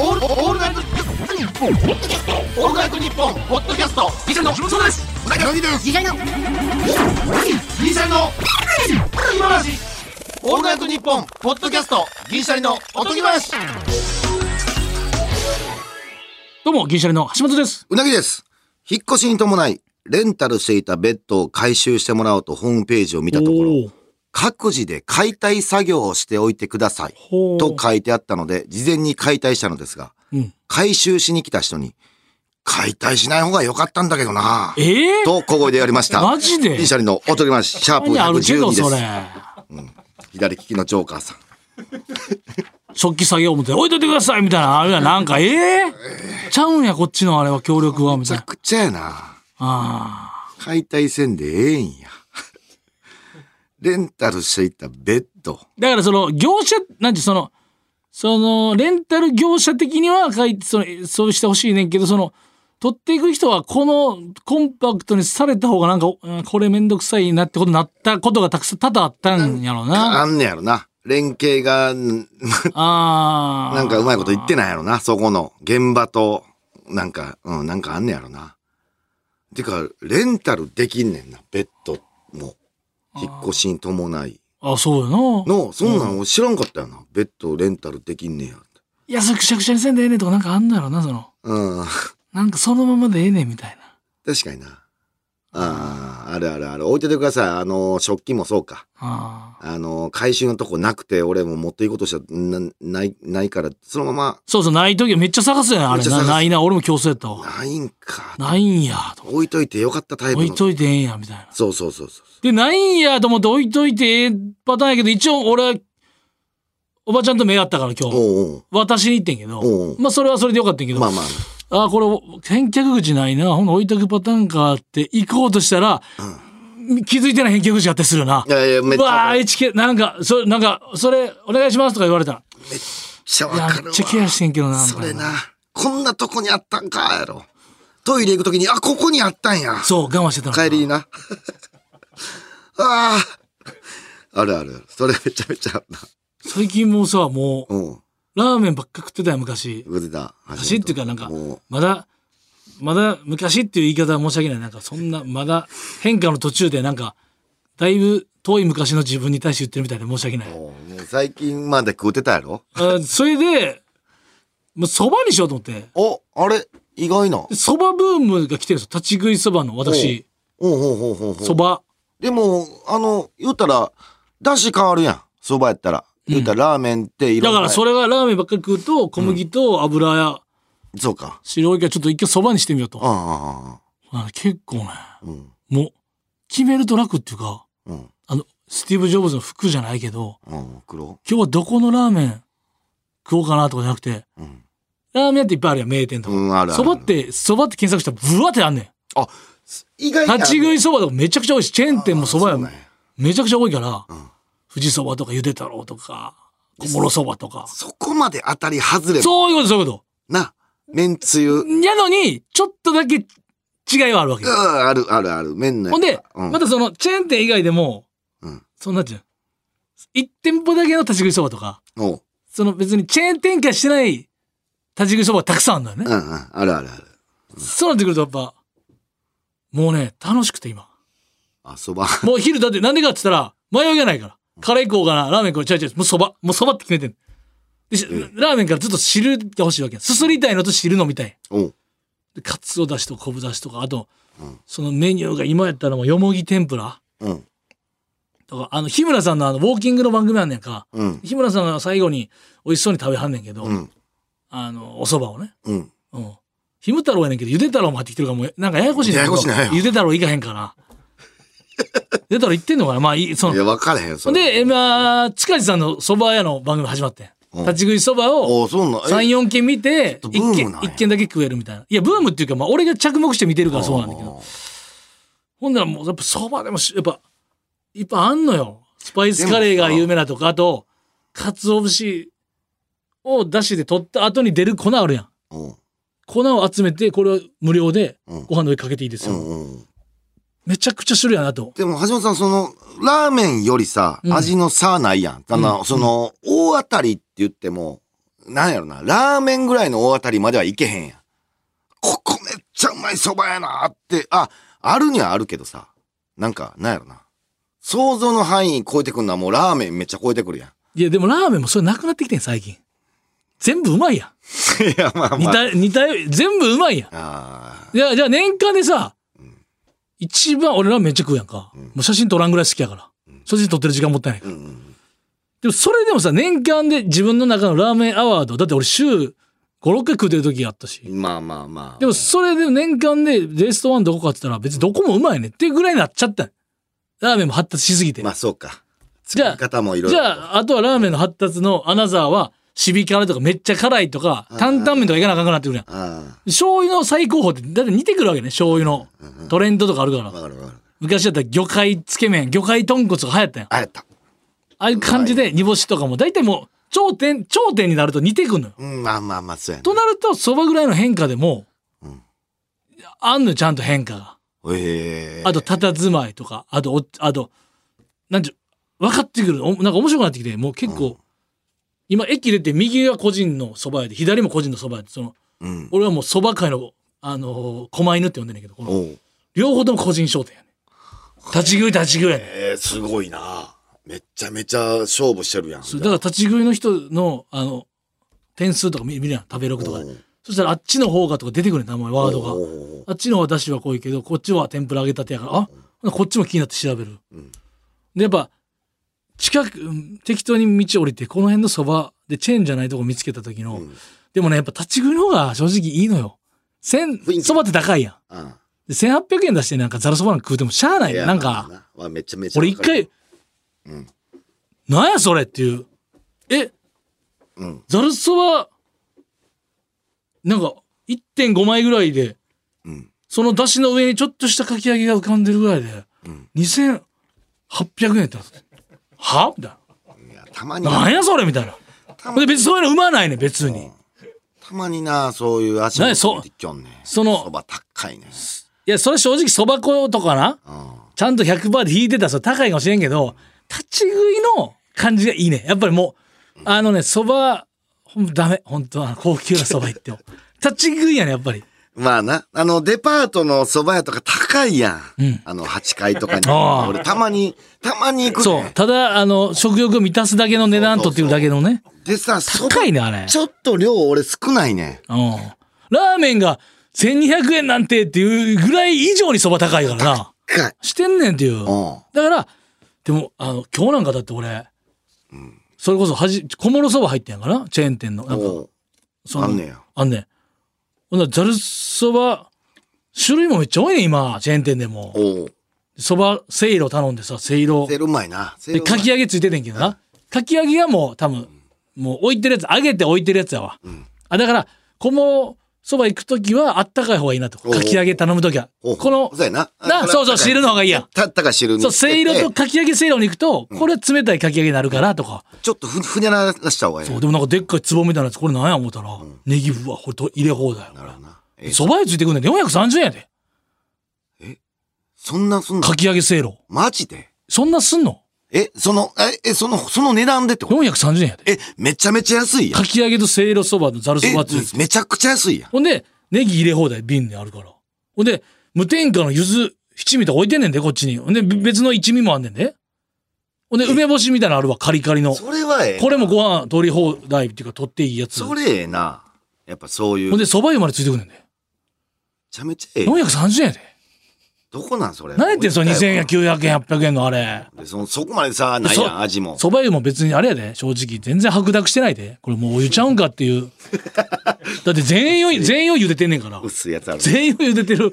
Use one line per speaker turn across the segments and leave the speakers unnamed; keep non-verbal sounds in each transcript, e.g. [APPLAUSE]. オールオールナイトニッポンオールナイトニッポンポッドキャストギシャリの木本壮ですうなぎのぎです
ギシャリの
ギシャリの今話オールナイトニッポンポッドキャストギシャリのおとぎ話
どうも、銀シャリの橋本です。
うなぎです。引っ越しに伴い、レンタルしていたベッドを回収してもらおうとホームページを見たところ、
おー
各自で解体作業をしておいてください。
ほう
と書いてあったので、事前に解体したのですが、
うん
回収しに来た人に、解体しない方が良かったんだけどな
えー、
と小声でやりました。
マジで
銀シャリのおとぎまし、シャープ
何あるけど、
112で
それ
す。。左利きのジョーカーさん。
食器作業もって、置いといてくださいみたいな、あれや、なんか、ええー、ちゃうんや、こっちのあれは、協力は、み
めち
たい
ゃ
な。
くちゃやな。
あ
解体せんでええんや。 [LAUGHS] レンタルしていたベッド。
ーだから、その、業者、なんて、その、その、レンタル業者的には、書いて、その、そうしてほしいねんけど、その、取っていく人は、この、コンパクトにされた方が、なんか、うんこれめんどくさいなってことになったことがたくさん多々あったんやろうな。
あんねやろな。連携が、ん
ああ。
なんかうまいこと言ってないやろな。そこの現場と、なんか、うん、なんかあんねやろな。てか、レンタルできんねんな、ベッドも。引っ越しに伴い。
あ、そうやな。
の、そんなん知らんかったよな。ベッドレンタルできんねやって。
いや、それくしゃくしゃにせんでええねんとかなんかあんのやろな、その。
うん。 [LAUGHS]
なんかそのままでええねんみたいな。
確かにな。ああ、あるあるある。置いててください。あの、食器もそうか。
ああ。
あの、回収のとこなくて、俺も持っていこうとしたら、なない、ないから、そのまま、
そうそう、ない時はめっちゃ探すやん、あ
め
れ
っちゃ
な。
探す
ないな、俺も競争やったわ。
ないんか。
ないんや、と。
置いといてよかったタイプ
置
の。
いといてええんや、みたいな。
そうそうそうそう。
で、ないんや、と思って置いといてええパターンやけど、一応俺、おばちゃんと目合ったから今日、
おうおう
渡しに行ってんけ
お
ど
う、
まあそれはそれでよかったんやけど、
まあまあ。
ああ、これ、返却口ないな。ほんな置いとくパターンかって行こうとしたら、気づいてない返却口あったりするよな。
いやいや、めっ
う
ち
わ
ゃ、
あ、
めっ
HK、なんか、それ、なんか、それ、お願いしますとか言われたら。
ちゃわ
いや、
かるわ。
めっちゃケアしてんけどな、み
そ
た
れ
いな。
な。こんなとこにあったんか、やろ。トイレ行くときに、あ、ここにあったんや。
そう、我慢してたの。
帰りにな。 [LAUGHS] ああ。あるある。それめちゃめちゃあった。
最近もうさ、もう、
うん。
ラーメンばっか食ってたよ、昔。
ぐずだ。
昔っていうか、なんか
もう、
まだ、まだ、昔っていう言い方は申し訳ない。なんか、そんな、まだ、変化の途中で、なんか、だいぶ遠い昔の自分に対して言ってるみたいで申し訳ない。
もうもう最近まで食うてたやろ。
あそれで、もう、そばにしようと思って。
お、あれ意外な。
そばブームが来てるんですよ。立ち食いそばの、私、
おうほうほうほうほう。
そば。
でも、あの、言うたら、だし変わるやん。そばやったら。言うたら、ラーメンっていろ
だ
ん
か
な。
ら、それがラーメンばっかり食うと、小麦と油や、
そうか。
白いからちょっと一回そばにしてみようと。
あ
あ結構ね、
あ、うん、
もう、決めると楽っていうか、
うん、
あの、スティーブ・ジョブズの服じゃないけど、
うん、黒。
今日はどこのラーメン食おうかなとかじゃなくて、
うん、
ラーメン屋っていっぱいあるやん、名店と
うん、あるあ
か。
る。
そばって、そばって検索したらブワってあんね
意外
ん。
にある
立ち食いそばとかめちゃくちゃ多いし、チェーン店もそばや
そう
も
なんや
めちゃくちゃ多いから、
うん
富士そばとかゆで太郎とか、小諸そばとか。
そこまで当たり外れも
そういうこと、そういうこ
な、麺つゆ、うん、
と。やのに、ちょっとだけ違いはあるわけよ。
あるあるある、麺のやつ
ほんで、
うん、
またその、チェーン店以外でも、
うん
そんなんじゃん。一店舗だけの立ち食いそばとか、
おう、
その別にチェーン展開してない立ち食いそばがたくさんあるんだよ
う
ね。
ん、うん、あるあるある。
そうなってくるとやっぱ、もうね、楽しくて今。
あ、そば。
もう昼だって、なんでかって言ったら、迷いがないから。カレー行こうかな、ラーメン行こう、ちゃうちゃう、もうそば、もうそばって決めてんのでしラーメンからちょっと汁が欲しいわけやすすりたいのと汁飲みたい。
おう、
でかつおだしと昆布だしとか、あと、
うん
そのメニューが今やったらもうよもぎ天ぷら
うん、
とか、あの、日村さんのあの、ウォーキングの番組あんねんか。
うん、
日村さんが最後に美味しそうに食べはんねんけど、
うん、
あの、お蕎麦をね。
うん。
うん。ひむ太郎やねんけど、ゆで太郎も入ってきてるから、もう、なんかややこしいねんけ
ややこ
ど
しないよ
ゆで太郎行かへんから。 [LAUGHS] ゆで太郎行ってんのかなまあいい、そ
い
の。
や、分からへん、そ
ほん
れ。
で、え、まあ、塚地さんの蕎麦屋の番組始まってん。
うん
立ち食い蕎麦を
おう、そうなんえ
3、4軒見て、
ょっとブー
1
ム
軒
なん、や
一軒だけ食えるみたいな。いや、ブームっていうか、まあ、俺が着目して見てるからそうなんだけど。ほんならもう、やっぱ蕎麦でもし、やっぱ、いっぱいあんのよ。スパイスカレーが有名なとか、あと、鰹節を出汁で取った後に出る粉あるやん。
うん、
粉を集めて、これを無料で
うん
ご飯の上かけていいです
う
よ。
ん、うん。
めちゃくちゃ種類やなと。
でも橋本さんそのラーメンよりさ、
うん
味の差ないやん。あの
うん
その大当たりって言ってもなんやろな、ラーメンぐらいの大当たりまではいけへんやん。ここめっちゃうまいそばやなって、あ、あるにはあるけどさ、なんか、なんやろな。想像の範囲超えてくんのはもうラーメンめっちゃ超えてくるやん。
いや、でもラーメンもそれなくなってきてん、最近。全部う [LAUGHS] まいや
いや、まあ
ん。似
まあ。
た、似たよ、全部うまいやん。
あ
じゃあ、じゃあ年間でさ、一番俺ラーメンめっちゃ食うやんか。もう写真撮らんぐらい好きやから。写真撮ってる時間もったいないか
あ。う
ら。
ん。
でもそれでもさ、年間で自分の中のラーメンアワード、だって俺週5、6回食うてる時あったし。
まあまあまあ。
でもそれで年間でベストワンどこかって言ったら別にどこもうまいねっていうぐらいになっちゃったんラーメンも発達しすぎて。
まあそうか。
じゃ
言い
あ、
方もいろい
じ
ろ。
ゃあ、あとはラーメンの発達のアナザーは、シビ辛とかめっちゃ辛いとか、
ん
担々麺とかいかなあかんくなってくるやん。
あ
醤油の最高峰って、だって似てくるわけね、醤油の。トレンドとかあるか
あ、。
ら
わかるわかる。
昔だったら魚介つけ麺、魚介豚骨が流行ったやん。あ
あやった。
あいう感じで煮干しとかも、大体もう、頂点、頂点になると似てくんのよ。
うん、まあまあまあ、そうや
となると、そばぐらいの変化でも、あんのよちゃんと変化が。
な。ええ
あと、佇まいとか、あと、おあと、なんちゅう、分かってくる。おなんか面白くなってきて、もう結構、今、駅出て、右が個人の蕎麦屋で、左も個人の蕎麦屋で、その、
うん。
俺はもう蕎麦界の、あのー、狛犬って呼んでんねんけど、この
おう
両方とも個人商店やねん立ち食い、立ち食いやねん
えー、すごいな。めっちゃめちゃ勝負してるやん。
そうだから、立ち食いの人の、あの、点数とか見見るやん、食べログとか
お
で
う。
そしたら、あっちの方がとか出てくるねん、名前、ワードが。
おう
あっちの方は出汁は濃いけど、こっちは天ぷら揚げたてやから、あ、こっちも気になって調べる。
ん
で、やっぱ、近く、うん適当に道降りて、この辺のそばでチェーンじゃないとこ見つけた時の、でもね、やっぱ立ち食いの方が正直いいのよ。千
雰囲、気
そばって高いやん。
あ
で、1800円出してなんかザルそばなんか食うてもしゃあないい
や
ねなんか、、
まあめちゃめちゃ。
俺一回、なんやそれっていう。え、
うん
ザルそば、なんか1.5枚ぐらいで、
うん。
その出汁の上にちょっとしたかき揚げが浮かんでるぐらいで、2800円ってなってはみたい
いやたまに
な。、なんやそれみたいな。
たま
で、別にそういうの生まないね、別に。
たまにな、そういう足
なにそ
元にきょんねん。
その
そば高いね。
いや、それ正直そば粉とかな、
うん。
ちゃんと100%で引いてたらそれ高いかもしれんけど、立ち食いの感じがいいね。やっぱりもう、あのね、そば、ほんダメ。本当は高級なそば行っ
[LAUGHS]
ても。立ち食いやね、やっぱり。
まあな、あの、デパートの蕎麦屋とか高いやん。
うん
あの、8階とかに。
ああ
俺、たまに、たまに行く
そ
ね
う。ただ、あの、食欲を満たすだけの値段とってるだけのね。
ん。でさ、そば
高いね、あれ。
ちょっと量俺少ないね。
うん。ラーメンが1200円なんてっていうぐらい以上にそば高いからな。
かい。
してんねんっていう。
うん。
だから、でも、あの、今日なんかだって俺、それこそはじ、小諸そば入ってんやんかなチェーン店の。なんか、
おう
その
あんねや。
あんねん。ほんならざるそば、種類もめっちゃ多いねん今、チェーン店でも。
おう。
そば、せいろ頼んでさ、せいろ。
セールうまいな。セー
で、
ルうま
か
い
き揚げついててんけどな。かき揚げはもう多分、もう置いてるやつ、揚げて置いてるやつやわ。あ、だから、こもそば行くときはあったかい方がいいなと。
おう
かき揚げ頼むときは。
おう
この
そう、やな。
な、そうそう、汁の方がいいやん。
たったか汁に
そう、
つけ
せ
て。
いろとかき揚げせいろに行くと、これは冷たいかき揚げになるからとか。
ちょっとふ、ふにゃららした方がいい。
そう、でもなんかでっかい壺みたいなやつ、これなんや思ったら、ネギぶわ、これと入れ放題や
なるほどな。え、
そば屋ついてくんねんで430円やで。
そんな、そんな
か。き揚げせいろ。
マジで
そんなすんの
え、その、え、え、その、その値段でってこと
?430 円やで。
え、めちゃめちゃ安いやん
か。き揚げとせいろそばのざるそ
え
ばついて、。
めちゃくちゃ安いやん。
ほんで、ネギ入れ放題、瓶であるから。ほんで、無添加の柚子七味とか置いてんねんで、こっちに。ほんで、べ別の一味もあんねんで。ほんで、梅干しみたいなのあるわ、カリカリの。
それはええな。
これもご飯取り放題っていうか、取っていいやつ。
そ
ほ
れええな。やっぱそういう。
ん
め
で、蕎麦湯までついてくんねんで。
ちゃめちゃええ。
430円やで。
どこなんそれ。
何やってんその2000円や
で
900円、800円のあれ。
そのそこまでさ、ないやん、
そ
味も。
蕎麦湯も別にあれやで、正直。全然白濁してないで。これもうお湯ちゃうんかっ
[LAUGHS]
ていう。だって全員を、全員を茹でてんねんから。
薄いやつある。ちょ
全員を茹でてる。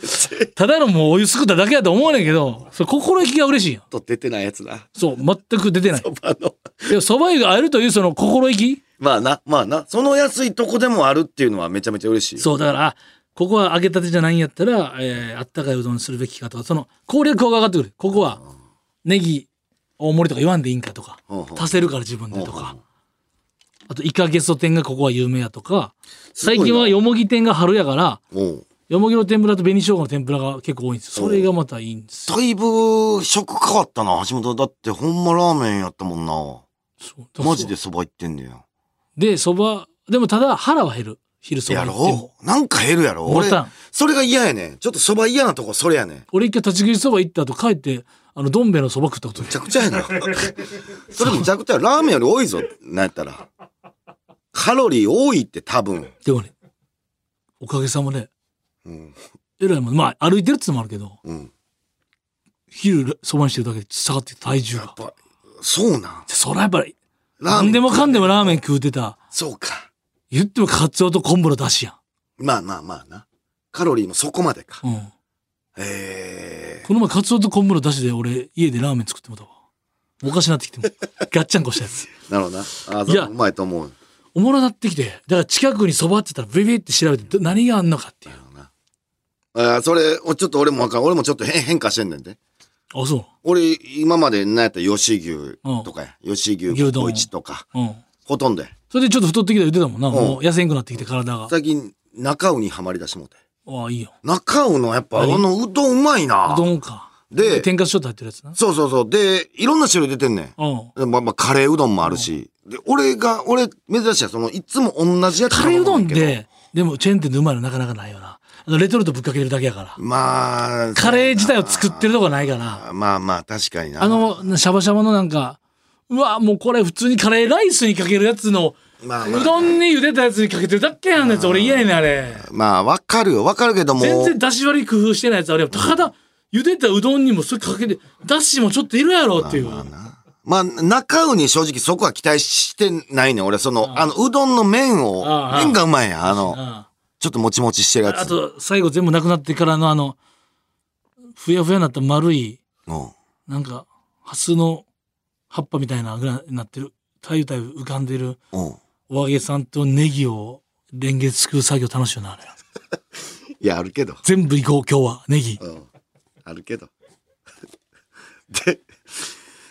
ただのもうお湯すくっただけやと思うねんけど、それ心意気が嬉しいやん。
っと出てないやつな。 [LAUGHS]
そう、全く出てない。
あの、
でも、蕎麦湯があるというその心意気
まあな、まあな。その安いとこでもあるっていうのはめちゃめちゃ嬉しいよ。
そう、だから、あここは揚げたてじゃないんやったら、えーあったかいうどんにするべきかとか、その攻略法が上がってくる。ここは、ネギ、大盛りとか言わんでいいんかとか
うんう、ん
足せるから自分でと
うん
か。あと、イカゲソ店がここは有名やとか、
ごい
最
な
近はよもぎ店が春やから、
おう。
よもぎの天ぷらと紅生姜の天ぷらが結構多いんですよ。それがまたいいんですよ。
だいぶ食変わったな、橋本。だってほんまラーメンやったもんな。
そう
マジで。そば行ってんねや。
で、そばでもただ腹は減る。昼そば
や
行っても
ろ。なんか減るやろ
ボ
俺
タン、
それが嫌やねん。ちょっとそば嫌なとこ、それやねん。め
俺一回立ち食いそば行った後帰って、あの、どん兵衛のそば食ったことに
ちゃくちゃやな。 [LAUGHS] それめちゃくちゃやラーメンより多いぞ、なんやったら。カロリー多いって多分。
でもね、おかげさまで、
うん。
えらいもん、まあ歩いてるってのもあるけど、
うん。
昼そばにしてるだけで下がってきた体重が。
そうなん。
そらやっぱり、
ラーメ
何
ン。
でもかんでもラーメン食うてた、
そうか。
言ってもカツオと昆布の出汁や
まあまあまあな。カロリーもそこまでか。
ん。うん。
ええ
この前カツオと昆布の出汁で俺家でラーメン作ってもらったわ。おかしなってきても、
[LAUGHS]
ガッチャンコしたやつ。
なるほどな。ああ、
いや
そううまいと思う。
おもろなってきて、だから近くにそばって言ったらビビって調べてど何があんのかっていう。
ああ、それ、おちょっと俺もわかん俺もちょっと変変化してんねんで。
あ、そ
俺、今まで何やったら吉牛とかや。吉牛
牛丼
コイチとか。
う。うん。
ほとんどや。
それでちょっと太ってきた言ってたもんな。
ん
もう痩せんくなってきて体が。
最近、中尾にはまりだしてもうて。
ああ、いいよ。
中尾のやっぱ、あ
何
の、うどんうまいうな。
どんか。
で
天かすちょっと入ってるやつな。
そうそうそう。で、いろんな種類出てんねん。
うん。
でまあまあ、カレーうどんもあるし。で、俺が、俺、珍しいや、その、いつも同じやつ
カレーうどんっ
頼むけ
て、でもチェーン店でうまいのなかなかないよな。あのレトルトぶっかけてるだけやから
ど。。まあ、
カレー自体を作ってるとこないから。
まあまあ、確かにな。
あ、の、シャバシャバのなんか、うわ、もうこれ普通にカレーライスにかけるやつの、
まあまあ
うどんに茹でたやつにかけてるだけやんやつ。俺嫌やねん、あれ。
まあ、わかるよ。わかるけども。
全然だし割り工夫してないやつあれよ高田茹でたうどんにもそれかけてだしもちょっといるやろっていう、
まあ、中尾に正直そこは期待してないねん俺、その、あの、うどんの麺を
あ、あ
麺がうまいやん。あ
うん
の、
あ
ちょっともちもちしてるやつ。
と最後全部なくなってからのあのふやふやになった丸い
うん
なんかハスの葉っぱみたいなぐらいになってる太陽太陽浮かんでる
うん。
お揚げさんとネギをレンゲすくう作業楽しいよなあれ
いや、あるけど。
全部行こう今日はネギ
うん。あるけど。 [LAUGHS] で、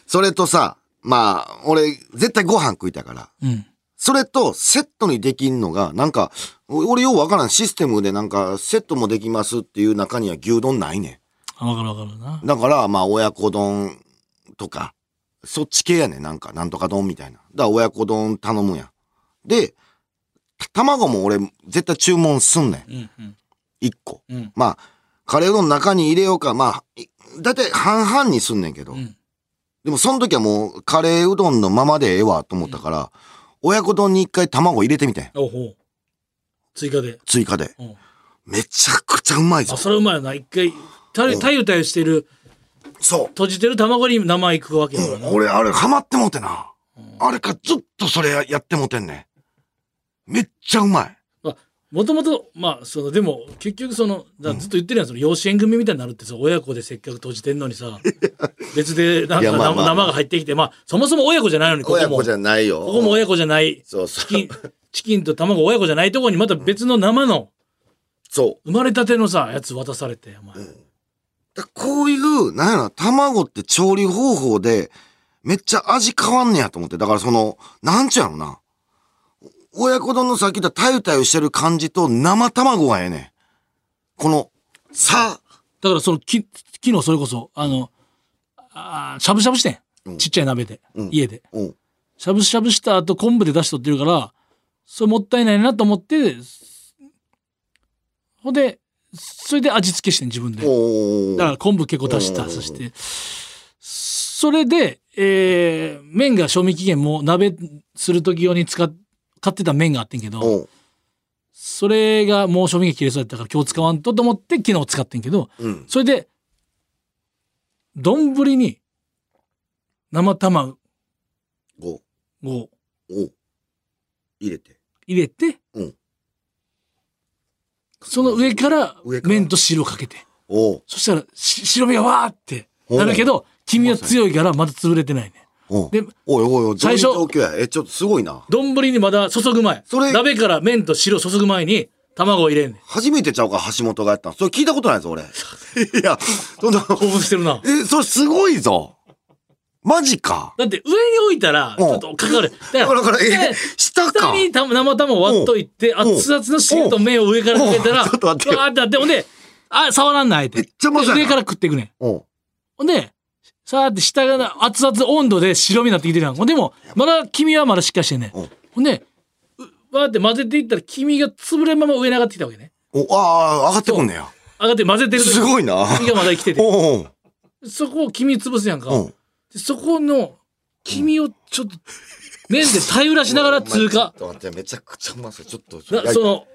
それとさ、まあ、俺、絶対ご飯食いたから。
うん
それとセットにできんのが、なんか、お俺ようわからんシステムでなんか、セットもできますっていう中には牛丼ないねん。
あ分かる分かるな
だから、まあ、親子丼とか、そっち系やね。なんか、なんとか丼みたいな。だから、親子丼頼むやん。で、た卵も俺、絶対注文すんねん。
うんうん
一個。
うん
まあ、カレーうどんの中に入れようか。まあ、いだいたい半々にすんねんけど。
うん
でも、その時はもう、カレーうどんのままでええわと思ったから、親子丼に一回卵入れてみてん。
おほう追加で、
追加で。
うん
めちゃくちゃうまいぞ
あ。それうまいよな一回たゆたゆたゆしてる
そう。
閉じてる卵に名前行くわけだからな、
俺、あれ、ハマってもうてな。あれからずっとそれややってもうてんねん。めっちゃうまい。
もともとまあそのでも結局そのだずっと言ってるやんその養子縁組みたいになるってさ親子でせっかく閉じてんのに
[LAUGHS]
さ別でなん
いや
か
まあ
生
まあ
生が入ってきてまあそもそも親子じゃないのにここ
親子
もこ
じゃないよ。
こも親子じゃない
そうそ
チキ
う [LAUGHS]
ン。チキンと卵親子じゃないとこにまた別の生の
そう。
生まれたてのさやつ渡されてお前、
だこういう、なんやろ、卵って調理方法で、めっちゃ味変わんねやと思って。だからその、なんちゅうやろな。親子丼のさっき言ったたゆたゆしてる感じと生卵がええねん。この、さ、
だからそのき昨日それこそあのあーしゃぶしゃぶしてん、ちっちゃい鍋で、
うん
家で
うん。
しゃぶしゃぶした後昆布で出しとってるからそれもったいないなと思ってほんでそれで味付けしてん自分でだ
お
から
ー。
昆布結構出し
う
た
ん
そしてそれで、えー麺が賞味期限もう鍋する時用に使っ買ってた麺があってんけど
おう
それがもう賞味期限切れそうやったから今日使わんとと思って昨日使ってんけど
うん。
それで丼に生卵
ご、
を
おう入れて。
入れて、
うん
その上から
上から
麺と汁をかけて
おう
そしたらし白身がわーって
おう
なるけど君は強いからまだ潰れてないね
おう
で
おいおいおい、
最初
どういう状況や。え、ちょっとすごいな。
丼にまだ注ぐ前
それ
鍋から麺と汁を注ぐ前に卵を入れんねん
初めてちゃうか、橋本がやったの。それ聞いたことないぞ、
[LAUGHS]
俺。いや、そんな、
興奮してるな
え、それすごいぞ。マジか。
だって上に置いたらち
うん
ょっとかかるだ
だから、だからえ
で、
下
下
か。
にた生卵割っといて
ん
熱々の汁と麺を上からかけたら
うんちょっと待ってよ
わーってなってほんであ触らんない
め
で
っちゃまずいな
上から食っていくねん
おう
ほんで、さーって下がな熱々温度で白身になってきてるやん。ほんでも、まだ、君はまだしっかりしてんねん
うん
ほんで、うわーって混ぜていったら黄身が潰れんまま上に上がってきたわけね
お、ああ、上がってくんねや。
上がって混ぜてる
す
い
ごいな。
黄身がまだ生きてて
[LAUGHS] おう
そこを黄身潰すやんか、
おう。うん。
でそこの黄身をちょっと麺で平らしながら通過
ちょっと待って、めちゃくちゃうまそう。ちょっと、
な
焼いて
その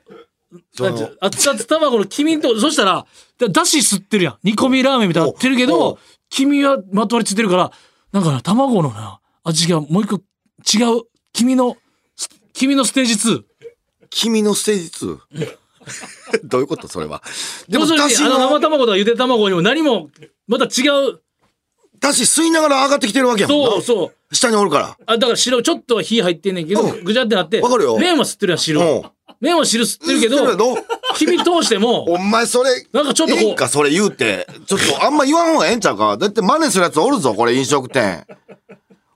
その
なんていう熱々卵の黄身とそしたらだだし吸ってるやん煮込みラーメンみたいになってるけ
おうお
ど
う
黄身はまとわりついてるからなんかな卵のな味がもう一個違う黄身のす黄身のステージ2
君のステー
[LAUGHS]
ジ 2? どういうことそれは。で
要
も、
する
だ
に
し
あの生
の、
卵とかゆで卵にも何もまた違う
だし吸いながら上がってきてるわけやもんな
そうそう
下におるから。
あだから汁ちょっとは火入ってんねんけど
うん
ぐちゃってなって
わかるよ
麺は吸ってるやん汁
うん
麺は汁吸ってるけ
吸って
ど
やろ
黄身通しても
[LAUGHS] お前それ、
なんかちょっとこう
ええんか、それ言うて。ちょっとあんま言わん方がええんちゃうか。だって真似するやつおるぞ、これ飲食店。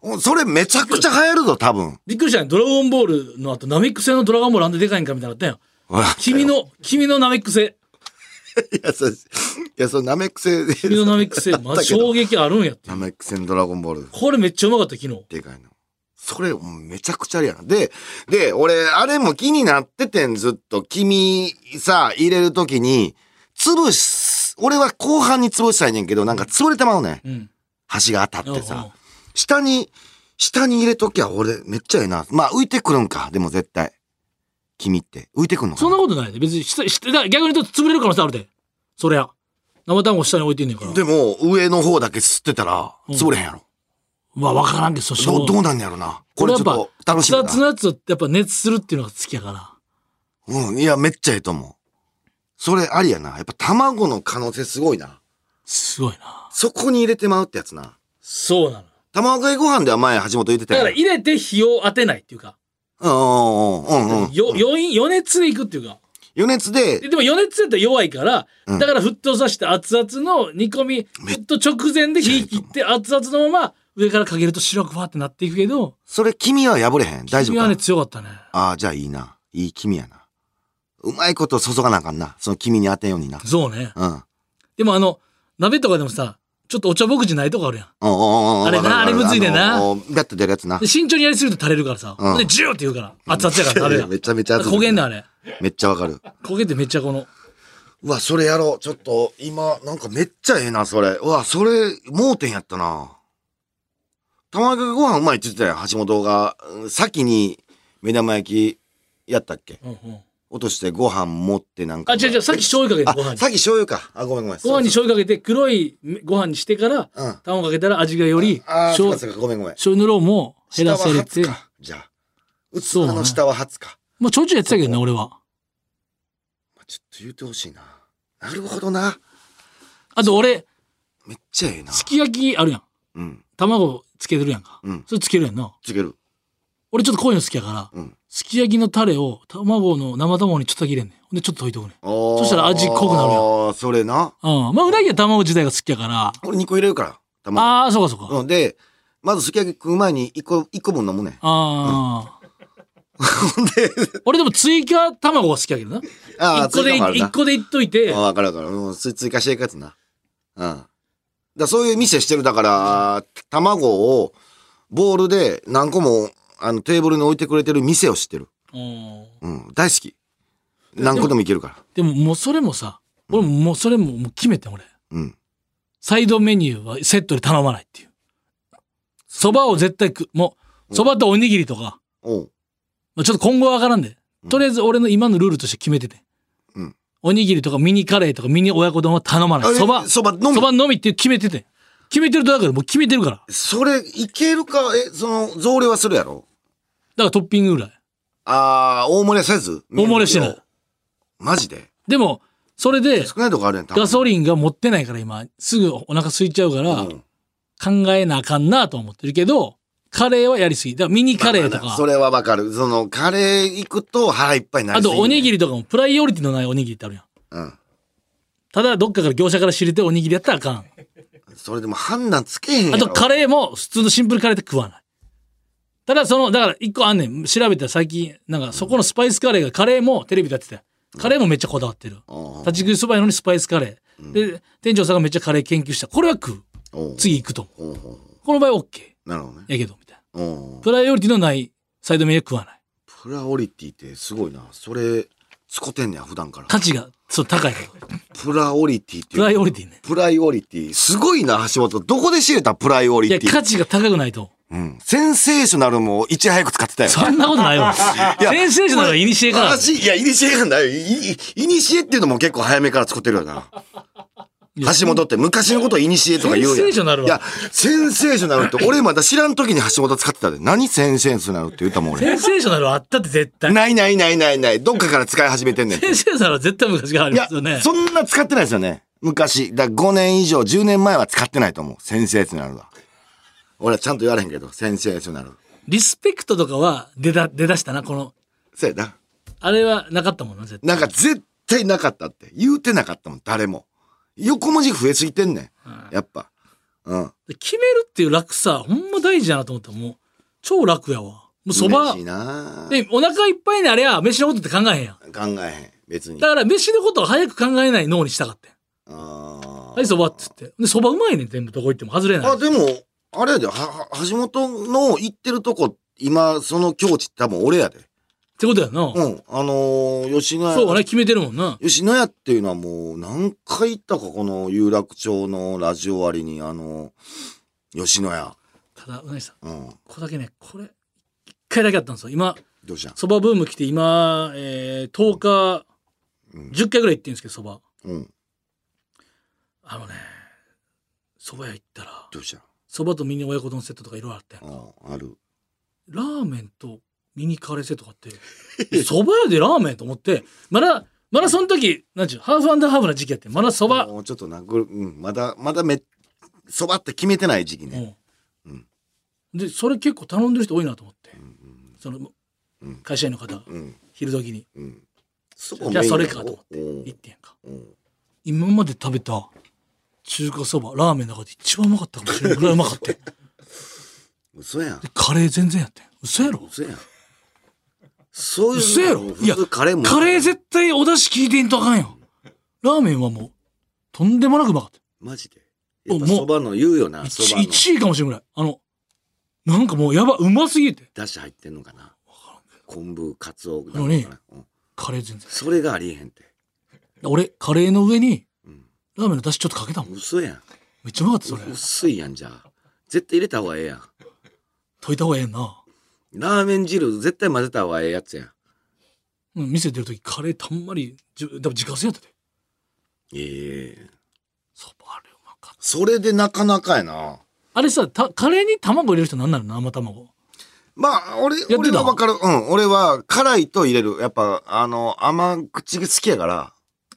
おそれめちゃくちゃ流行るぞ、多
[LAUGHS]
分。
びっくりしたね。ドラゴンボールの後、ナメック星のドラゴンボールあんででかいんかみたいになったんや。君の、君のナメック星。
いや、それ、いや、それナメック星で
君のナメック
[LAUGHS]
星、まあ、衝撃あるんやって。
ナメック星ドラゴンボール。
これめっちゃうまかった、昨日。
でかいの。それ、めちゃくちゃあれやな。で、で、俺、あれも気になっててん、ずっと。君、さ、入れるときに、潰す、俺は後半に潰したいねんけど、なんか潰れてまうねん。
うん。
端が当たって
うんうん
さ。下に、下に入れときゃ俺、めっちゃええな。まあ、浮いてくるんか。でも絶対。君って。浮いてくんのか
そん
な
なことないで。別に下、下、だから逆に言うと潰れる可能性あるで。そりゃ。生卵下に置いてんねんから。
でも、上の方だけ吸ってたら、
うん
潰れへんやろ。
まあ、わからんけど、そし
どう、ど
う
うなんやろな。これちょっと、楽しみ
熱
だ
々のやつをやっぱ熱するっていうのが好きやから。
うん、いや、めっちゃええと思う。それありやな。やっぱ卵の可能性すごいな。
すごいな。
そこに入れてまうってやつな。
そうなの。
卵かけご飯では前橋本言ってた
だ
や
か
ん
ら入れて火を当てないっていうか。
うんうんうんうんうん。
よ、余韻、余熱でいくっていうか。
余熱で、
ででも余熱やったら弱いから、
うん
だから沸騰させて熱々の煮込み
め
沸騰直前で火切って熱々のまま上からかけると白くわってなっていくけど
それ君は破れへん。大丈夫
君は
か
ね強かったね
ああ、じゃあいいな。いい君やな。うまいこと注がなあかんな。その君に当てんようにな。
そうね
うん。うん
でもあの鍋とかでもさちょっとお茶ぼくじないとこあるやん
うんうんうん。
あれ
わかるわか
な
る
あれむずいねんな
あのーガッと出るやつな
で。慎重にやりすぎると垂れるからさ、
うん
でジューって言うから熱々やから鍋
[LAUGHS]
が
めちゃめちゃ熱い
焦げんねんあれ
めっちゃわかる。
焦げてめっちゃこの
うわ、それやろう。ちょっと、今、なんかめっちゃええな、それ。うわ、それ、盲点やったな。卵かけご飯うまいって言ってたよ、橋本が。うん先に、目玉焼き、やったっけ
うんうん
落としてご飯持ってなんか。
あ違う違うさっき醤油か
あ、
けてご飯に
さっき醤油か。あ、ごめんごめん。
ご飯に醤油かけて黒いご飯にしてから
そうそううん。
卵かけたら味がより
あー、そう
醤
かそうか、ごめんごめん。
醤油の量も減らされ
下
て
は初か。じゃあ。器
そうだね
の下は初か。
まあちょいちょいやってたけどね俺は。
まあちょっと言うてほしいな。なるほどな。
あと俺、
めっちゃええな。
すき焼きあるやん。
うん。
卵つけてるやんか。
うん。
それつけるやんな。
つける。
俺ちょっとこういうの好きやから、
うん。
すき焼きのタレを卵の生卵にちょっとだけ入れんねん。ほんでちょっと溶いとくねん。
そ
したら味濃くなるやん
ああ、それな。
うん。まあうなぎは卵自体が好きやから。
俺2個入れるから。卵。
ああ、そうかそうか。
うん、で、まずすき焼き食う前に1個、一個分飲むねん。
ああ。
[LAUGHS]
俺でも追加卵が好きやけどな。
ああ、
一個で、
追加もあるな
一個でいっといて
あ、わかるわかる。うん、追追加していくやつな。うん。だからそういう店してる。だから、卵をボールで何個もあのテーブルに置いてくれてる店を知ってる。
うん
うん、大好き。何個でもいけるから。
でももうそれもさ、俺ももうそれももう決めてん俺。
うん。
サイドメニューはセットで頼まないっていう。そばを絶対食う。もう、そばとおにぎりとか。
おう。
まあ、ちょっと今後はわからんで。とりあえず俺の今のルールとして決めてて。
うん
おにぎりとかミニカレーとかミニ親子丼は頼まな
あ
い。
え
そば、そ
そば飲む
ばのみって決めてて。決めてるとだからもう決めてるから。だか
それ、いけるか、え、その、増量はするやろ
らトッピングぐらい。
ああ、大盛りはせず
大盛りはしてない。
マジで
でも、それで
少ないとこあるやん、多分
ガソリンが持ってないから今、すぐお腹空いちゃうから、
うん
考えなあかんなとは思ってるけど、カレーはやりすぎ。だからミニカレーと
まあま
か
あ、それはわかる。その、カレー行くと腹いっぱいにな
あ
り
とおにぎ
り。
りとかもプライオリティのないおにぎりってあるやん。
うん。
ただどっかから業者から知れてるおにぎりやったらあかん。
それでも判断つけへんやろ。
あとカレーも普通のシンプルカレーって食わない。ただその、だから一個あんねん。調べたら最近、なんかそこのスパイスカレーがカレーもテレビでやってたよカレーもめっちゃこだわってる。
おう
立ち食いそばやのにスパイスカレー。で、店長さんがめっちゃカレー研究した。これは食う。
おう
次行くと思
おうおう
う。この場合 OK。
なるほどね。
やけど、みたいな。
おう
プライオリティのないサイドメニューは食わない。
ププラオリティってすごいな。それ、使ってんねや、普段から。
価値が、そう、高
[LAUGHS]
い。
プラオリティって
プライ
いう。
オリティね。
プライオリティ。すごいな、橋本。どこで知れたプライオリ
いや、
ティ。
価値が高くないと。
うん。センセーショナルもいち早く使ってたよ。
そんなことないわ。先生じゃないにしえから。
私いや、イニシエなんだよ。いいいにしえっていうのも結構早めから使ってるよな。
いや
橋本って昔のことをイニシエとか言うやん。
センセーショナルはい
や、センセーショナルって俺まだ知らん時に橋本使ってたで。何センセーショナルって言ったもん
セ
俺。
ンセーショナルはあったって絶対。
ないないないないない。どっかから使い始めてんねん。
センセーショナルは絶対昔があり
い
ま
や、
すよね。
そんな使ってないですよね。昔。だ5年以上、10年前は使ってないと思う。センセーショナルは。俺はちゃんと言われへんけど、センセーショナル。
リスペクトとかは出だ、出だしたな、この。
そうやな。
あれはなかったもんな、絶対。
なんか絶対なかったって。言うてなかったもん、誰も。横文字増えすぎてんねん。やっぱ。うん。
決めるっていう楽さ、ほんま大事やなと思ったもう、超楽やわ。もうそ
嬉
ば
しい、な
で、お腹いっぱいになりゃ、飯のことって考えへんやん。
考えへん。別に
だ。から、飯のことを早く考えない脳にしたかったよ
あー
はい、そばっつって。で、そばうまいねん、全部どこ行っても外れない
あ、。でも、あれやで、は、は橋本の行ってるとこ、今、その境地多分俺やで。
ってことやな。
うん。あのー、吉野家。
そうね、決めてるもんな。
吉野家っていうのはもう何回行ったかこの有楽町のラジオ割にあの吉野家
ただ、うなぎさん、こ
うん
こだけね、これ、一回だけあったんですよ。今、
どうしたん
そばブーム来て、今、えー、10日、
うん
10回ぐらい行ってるんですけど、そば。
うん
あのね、そば屋行ったら、
どうしたん
そばとミニ親子丼セットとかいろいろあって、
うんある
ラーメンとミニカレーセット買っ
[LAUGHS]
て、そば屋でラーメンと思って、まだ、まだその時、なんちゅう、ハーフハーフな時期やって、まだそば、
もうちょっとなこれ、うん、まだまだめそばって決めてない時期ね、
う
うん
ん。で、それ結構頼んでる人多いなと思って
う、ん
その
うん、
会社員の方、
うん
昼時に
うんそ
じゃあそれかと思って
うん
行ってんやんか。
うん
今まで食べた中華そば、ラーメンの中で一番うまかったかも
[LAUGHS]
しれないぐらいうまかったよ。で
嘘やん
カレー全然やってん。嘘やろ
嘘やんそういう
嘘やろ
いやカレーも
カレー絶対お出汁効いてんとあかんよ。ラーメンはもう、とんでもなくうまかった。
マジでやっぱ
もう
そばの言うよなそばの
1位かもしれんぐらい。あの、なんかもうやば、うますぎて。
だし入ってんのかな昆布カツオな
のに
かなうん
カレー全然。
それがありえへんって、
俺、カレーの上に、
うん、
ラーメンの出汁ちょっとかけたもん。
嘘やん
めっちゃうまかった、それ。
薄いやんじゃあ絶対入れた方がええやん
溶いた方がええな。
ラーメン汁絶対混ぜた方がええやつやん
うん、店出るときカレーたんまり、じゅ多分自家製やったで。
ええ
そばあれうまかった。
それでなかなかやな
あれさ、たカレーに卵入れる人なんなの生卵。
まあ俺
てた
俺は分かるうん俺は辛いと入れるやっぱあの甘口が好きやから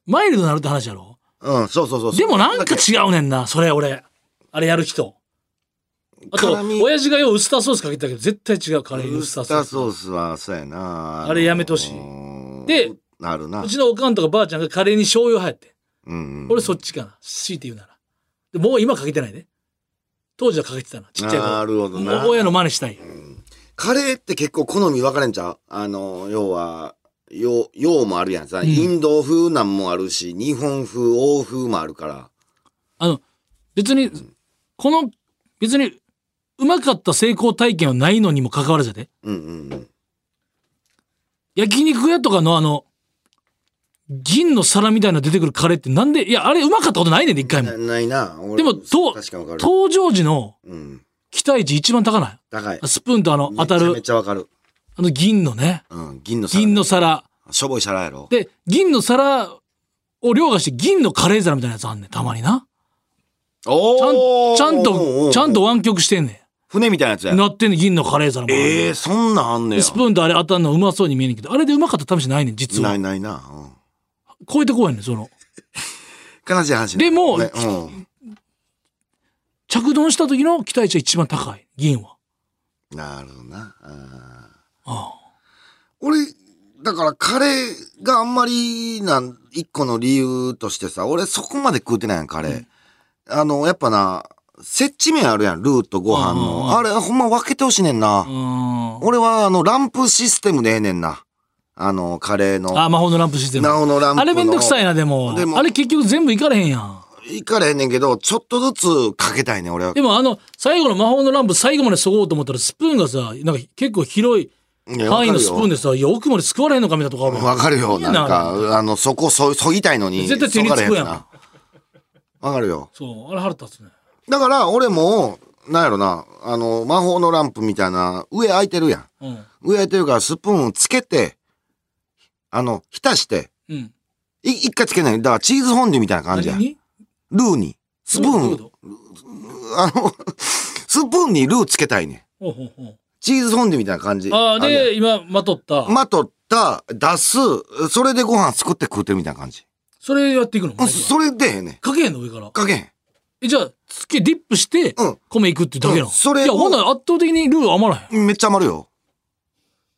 マイルドになるって話やろ
うんそうそうそう
でもなん
だ
か
け
違うねんな、それ俺。あれやる人。あと
辛、み
親父がようウスターソースかけてたけど、絶対違うカレーに
ウ
ウス
ス
タ
タ
ーソー
ー
ス。
ソースはそうやな
あれやめてほしい
い
で
なるな
うちのおかんとかばあちゃんがカレーに醤油入って。
うんうん
俺そっちかな。強いて言うなら。でもう今かけてないね。当時はかけてたな。ちっちゃい頃。
なるほどな
お親の真似したい。
カレーって結構好み分かれんちゃうあの、要は、洋、洋もあるやんさ。
ん
インド風なんもあるし、日本風、欧風もあるから。
あの、別に、この、別に、うまかった成功体験はないのにもかかわらずやで。
うんうんうん。
焼肉屋とかのあの、銀の皿みたいなの出てくるカレーってなんで、いや、あれうまかったことないねんで、一回も
な。ないな。俺
でもと
確かに分かる。
登場時の
うん。
期待値一番高ない
高い。
スプーンとあの当た
めちゃめ
る
ちゃ分かる。
あの銀のね
うん。銀の皿。
銀の。皿
しょぼい皿やろ。
で銀の皿を凌駕して銀のカレー皿みたいなやつあんねんたまになちゃん
おー
ちゃん
おーおー
とちゃんと湾曲してんね
船みたいなやつや
ん。なってんねん銀のカレー皿もあんねん
ええー、そんなんあんね
で
や
スプーンとあれ当たるのうまそうに見えねんけどあれでうまかった試しないねん実
な
はい
ないな。
超えてこいねんその
うん。悲しい話ね
でも
これうん。
着丼した時の期待値が一番高い銀は
なるほどな。あー
あ
俺、だからカレーがあんまりなん、一個の理由としてさ、俺そこまで食うてないやん、カレー。あの、やっぱな、接地面あるやん、ルーとご飯
うんうんうん
の。あれ、ほんま分けてほしいねんな
あう。ーん
俺は、あの、ランプシステムでええねんな。あの、カレーの。
あ魔法のランプシステム
なおのランプの。
あれめんどくさいなでも
でも
あれ結局全部いかれへんやん
いかれへんねんけど、ちょっとずつかけたいねん、俺は。
でもあの、最後の魔法のランプ最後までそごうと思ったら、スプーンがさ、なんか結構広い、範囲のスプーンでさ、いや、奥まで救われへんのかみたいなとこあるやん
わかるよ。
いいな
なんか、あの、そこそ、そぎたいのに。
絶対手につくやん
そがれつな。わかるよ。
そう、あれ腹立つね。
だから、俺も、なんやろな、あの、魔法のランプみたいな、上開いてるやん。
うん。
上開いてるから、スプーンをつけて、あの、浸して、
うん。
い一回つけない。だから、チーズフォンデュみたいな感じやん。
何
ル
に
ーに。スプー
どういう
ン、
こ
あの、 [LAUGHS] スプーンにルーつけたいねん。
とほうほうほう
チーズフォンデュみたいな感じ。
ああ、
るやん
で、今、まとった。
まとった、出す、それでご飯作って食うてるみたいな感じ。
それやっていくの
うん
か
それでええねん。
けへんの上から。
かけへん。
え、じゃあ、つけ、ディップして
うん、
米いくっていうだけな
うん
の。
それを
いや、ほんなら圧倒的にルー余らへん。
めっちゃ余るよ。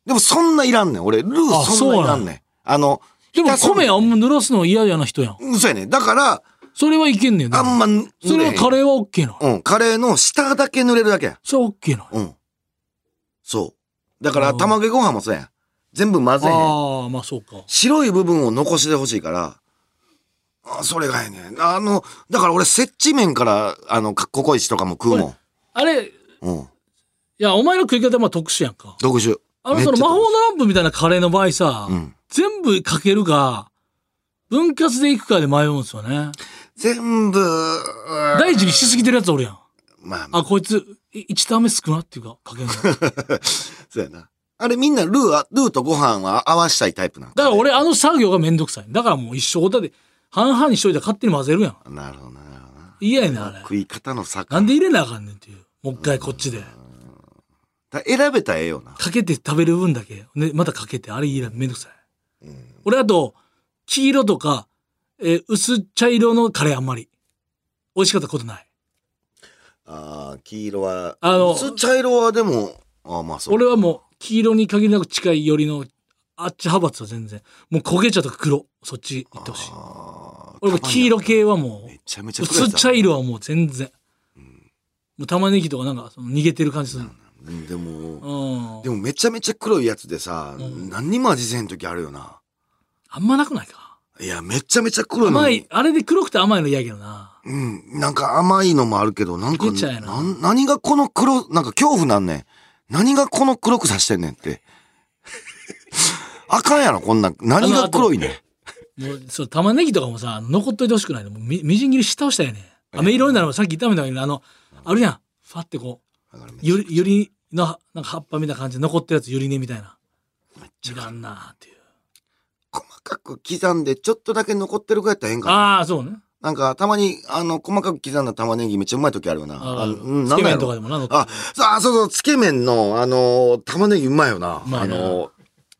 でもそんないらんねん。俺、ルー
あ
そんないらんねん。あの、
でも
ひたすら
米あんま濡らすの嫌やな人やん。
うんそうやねん。だから、
それはいけんねんな。
あんま濡
それはカ
レ
レーはオッケーなの。
ー。うん。カレーの下だけ濡れるだけや。
それはオッケーなの。
うん。そう。だから、
あー
卵ご飯もそうやん。全部混ぜへん。
ああ、まあそうか。
白い部分を残してほしいから、あそれがええねん。あの、だから俺、接地面から、あの、ココイチとかも食うも
あれ、い
ん。うん。
や、お前の食い方はまあ特殊やんか。
特殊。
あの、
めっ
そ
ちゃ
の魔法のランプみたいなカレーの場合さ、
うん
全部かけるか、分割でいくかで迷うんですよね。
全部、
大事にしすぎてるやつおるやん。
まあ、まあ、
あ、こいつ、1ターン目少なっていうか、かけんの。だか
そうやな。あれみんなルーあ、ルーとご飯は合わしたいタイプなん
ら俺、あの作業がめんどくさい。だからもう一緒ごたで、半々にしといて勝手に混ぜるやん。
なるほどな、なるほどな。
嫌やねん、あれ。
食い方の差か
なんで入れなあかんねんっていう。もう一回こっちで。
だ選べたらええよな。
かけて食べる分だけ。ね、またかけて、あれいいな、めんどくさい。俺、あと、黄色とか、えー薄茶色のカレーあんまり。美味しかったことない。
ああ、黄色は。
あの
薄茶色はでも、ああ、まあそう。
俺はもう、黄色に限りなく近い寄りの、あっち派閥は全然。もう焦げ茶とか黒。そっち行ってほしい。
ああ
俺も黄色。系はもう
め、ちゃめちゃ食えた
薄茶。色はもう全然。もう玉ねぎとかなんか、その逃げてる感じする。
うんで
う
も、
ん。
でもめちゃめちゃ黒いやつでさ、
ん
何にも味せん時あるよな。
あんまなくないか。
いや、めちゃめちゃ黒いのに
甘い、あれで黒くて甘いの嫌やけどな。
うん、なんか甘いのもあるけど、なんか、
食えちゃうやな
なん何がこの黒、なんか恐怖なんねん。何がこの黒くさしてんねんっ
[LAUGHS]
て。あかんやろ、こんなん。何が黒いねん。
もう、そう、玉ねぎとかもさ、残っといてほしくないの。もうみ、みじん切りし倒したよね。飴色になるのさっき言ったみたいに、あの、あるやん。ファってこう、より、よりの、なんか葉っぱみたいな感じで残ったやつ、よりねみたいな。違うなっていう。
細かく刻んで、ちょっとだけ残ってるぐらいやったらええんかな。
ああ、そうね。
なんか、たまに、あの、細かく刻んだ玉ねぎめっちゃうまい時あるよな。
あ
あ
ー
のうん、
つ
なん
け
なんや
麺とか
ろ。
でもな、乗ってる
あ、そうあそうそう、つけ麺の、あのー玉ねぎうまいよな。
うま
あ
いな
のー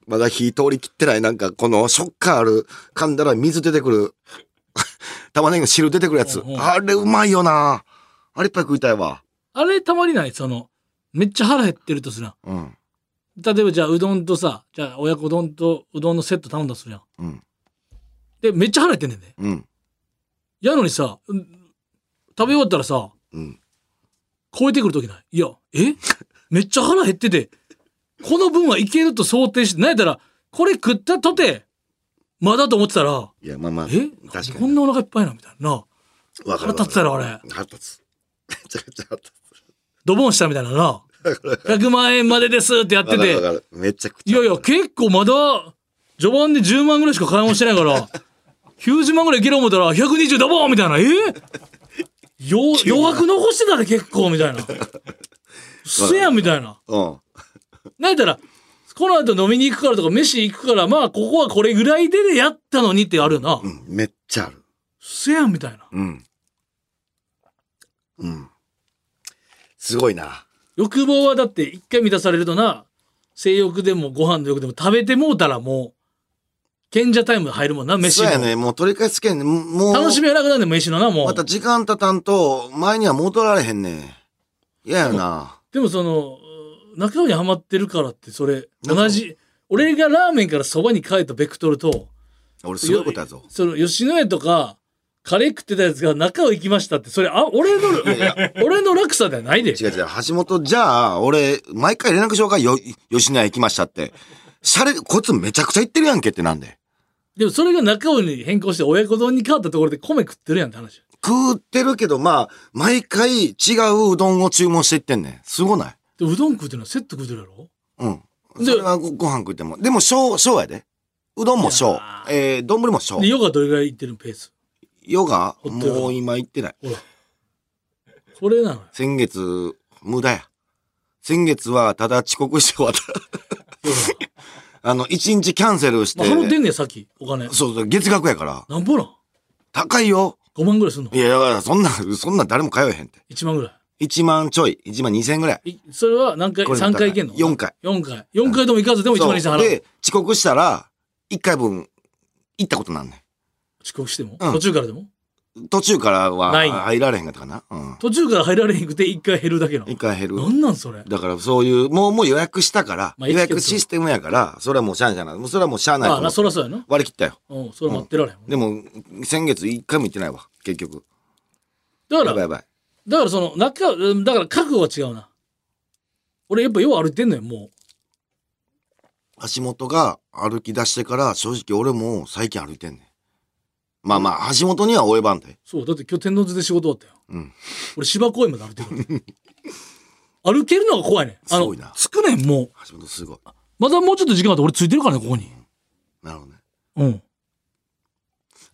まだ火通り切ってない、なんか、この食感ある、噛んだら水出てくる、 [LAUGHS] 玉ねぎの汁出てくるやつ
うんう。ん
あれうまいよな。あれいっぱい食いたいわ。
あれたまりないその、めっちゃ腹減ってるとするやん。
うん。
例えばじゃあうどんとさ、じゃあ親子丼とうどんのセット頼んだとするやん。
うん。
で、めっちゃ腹減ってんねんね。
うん。
やのにさ、うん食べ終わったらさ、
うん。
超えてくるときない。いや、えめっちゃ腹減ってて、この分はいけると想定して、なんやったら、これ食ったとて、まだと思ってたら、
いや、まあまあ。
え
確か
こん
に。
なお腹いっぱいな、みたいなな。
わか
腹
る
立つやろ、あれ。
腹立つ。 [LAUGHS] めちゃめちゃ腹立
ドボンしたみたいな
[LAUGHS]
な。100万円までですってやって
つ。
て
わかるわ、かる。めちゃくち
い
ゃ。
やいや、結構まだ、序盤で10万ぐらいしか買い物してないから、90万ぐらいいける思ったら、120ダボーンみたいな、
[LAUGHS]
えよ余白残してたで結構みたい
[LAUGHS]
な。せやんみたいな。
うん。
なんやったら、この後飲みに行くからとか、飯行くから、まあ、ここはこれぐらいででやったのにってあるよな。
うん。めっちゃある。
せやんみたいな。
うん。うん。すごいな。
欲望はだって、一回満たされるとな、性欲でもご飯の欲でも食べてもうたらもう、賢者タイム入るもんな、飯
そう
も。
やね。もう取り返すけんね。もう。
楽しみはなくなんねん、飯のな、もう。
また時間たたんと、前には戻られへんねん。嫌やな。
でもそのう中にはまってるからってそれ
なんか
同じ俺がラーメンからそばに変えたベクトルと
俺すごいことやぞ。
その吉野家とかカレー食ってたやつが中を行きましたってそれあ俺の
[LAUGHS]
俺の落差ではないで
違う違う。橋本、じゃあ、俺、毎回連絡紹介よ、吉野家行きましたって。シャレ、こいつめちゃくちゃ行ってるやんけってなんで。
でもそれが中尾に変更して親子丼に変わったところで米食ってるやんって話
食ってるけど、まあ、毎回違ううどんを注文していってんねん。すごない
でうどん食うてるのはセット食うてるやろ
うん。それはごご飯食っても。でも、小、小やで。うどんも
い
小
や。
えー、丼も小
で、。ヨガどれぐらい行ってるペース
ヨガ
ほっとよ
もう今行ってない。
それなのよ。
先月、無駄や。先月は、ただ遅刻して終わった。 [LAUGHS] あの、一日キャンセルし
まあ、払って
て、
んねや、さっき、お金。
そうそう、月額やから。
なんぼなん
高いよ。
?5 万ぐらいすんの
いや、だから、そんな、そんな誰も通えへんって。
?1 万ぐら
1万ちょい、1万2千円ぐらい。
い。いそれは何回、
これも
3回行けんの
四回。
4回。4回とも行かずでも1万2000
そ
払
う
う。
で、遅刻したら、1回分、行ったことなんね
遅刻しても、
うん
途中からでも
ん。途中からは
ない
入られへんかったかな。うん。
途中から入られへんくて1回減るだけなの
1。回減る。
なんなんそれ。
だからそういう、もう、もう予約したから、
まあ
予
エチケ
約
ット
システムやから、それはもうしゃあない。もうそれはもうしゃあないと
まあ
思
な、
って
そらそうやな。
割り切ったよ。
うん、それ待ってられへんもん。
でも、先月一回も行ってないわ、結局。
だ
やば
か
いや
ら、
ばい。
だからその、中、うんだから覚悟が違うな。俺やっぱよう歩いてんのよ、も
橋本が歩き出してから、正直俺も最近歩いてんねん。まあまあ、橋本には及ばんで。
う。そう、だって今日天王寺で仕事終わったよ。
うん。
俺芝公園まで歩いてるから。 [LAUGHS] 歩けるのが怖いねん。あ
すご
の
いな、
つくねん、もう。
橋本すごい。
まだもうちょっと時間あって俺ついてるからね、ここに。
なるほどね。
うん。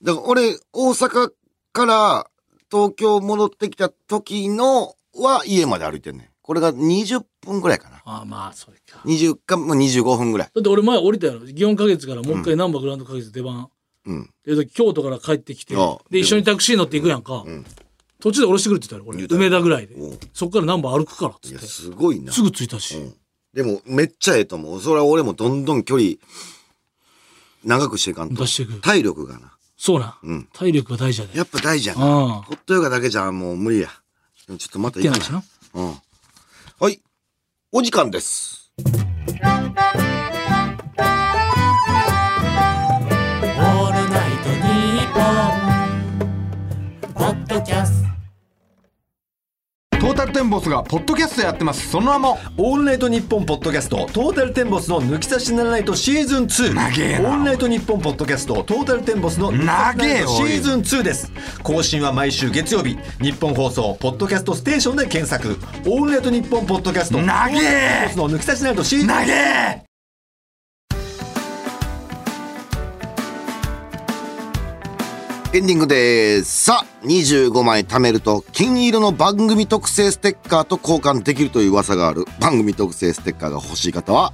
だから俺、大阪から東京戻ってきた時のは家まで歩いてんねん。これが20分ぐらいかな。
ああ、まあ、それか。
20か、まあ、25分ぐらい。
だって俺前降りたやろ。4ヶ月からもう一回ナンバーグランド花月出番。
うん。
で、京都から帰ってきて
ああ、
で、一緒にタクシー乗っていくやんか。
ん
途中で降ろしてくれって言ったら、
言う
俺、
たよ
梅田ぐらいで
おう。
そっからナンバー歩くからっ
い
つっ
や、
て。す
すごいな。
ぐ着いたし。
うんでも、めっちゃええと思う。それは俺もどんどん距離、長くしていかんと
出。していく。
体力がな。
そうな。
うん。
体力が大事やで。
やっぱ大事やな。
ああ。
ホットヨガだけじゃもう無理や。でもちょっとまた
行ってない
か
しな。
な。うん。はい。お時間です。
オールナイトニッポン」ポッドキャスト
トータルテンボスがポッドキャストやってますその名も
オールナイトニッポンポッドキャストトータルテンボスの抜き差しならないとシーズン2
長えな
オールナイトニッポンポッドキャストトータルテンボスの抜き差しならないとシーズン2です更新は毎週月曜日日本放送ポッドキャストステーションで検索オールナイトニッポンポッドキャスト
長え
の抜き差しならないとシーズン
長え
エンディングです。さあ、25枚貯めると、金色の番組特製ステッカーと交換できるという噂がある番組特製ステッカーが欲しい方は、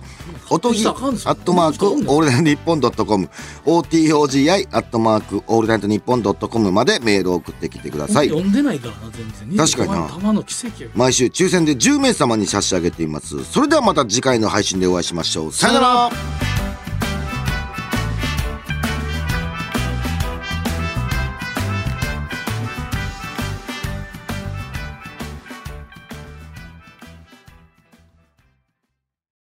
おとぎ、ア
買ってきたらあかんぞ
ットマーク、オールナイトニッポンドットコム、OTOGI、アットマーク、オールナイトニッポンドットコムまでメールを送ってきてください。
読んでないからな、全然。
確かにな
玉の奇跡や。
毎週抽選で10名様に差し上げていますそれではまた次回の配信でお会いしましょうさよなら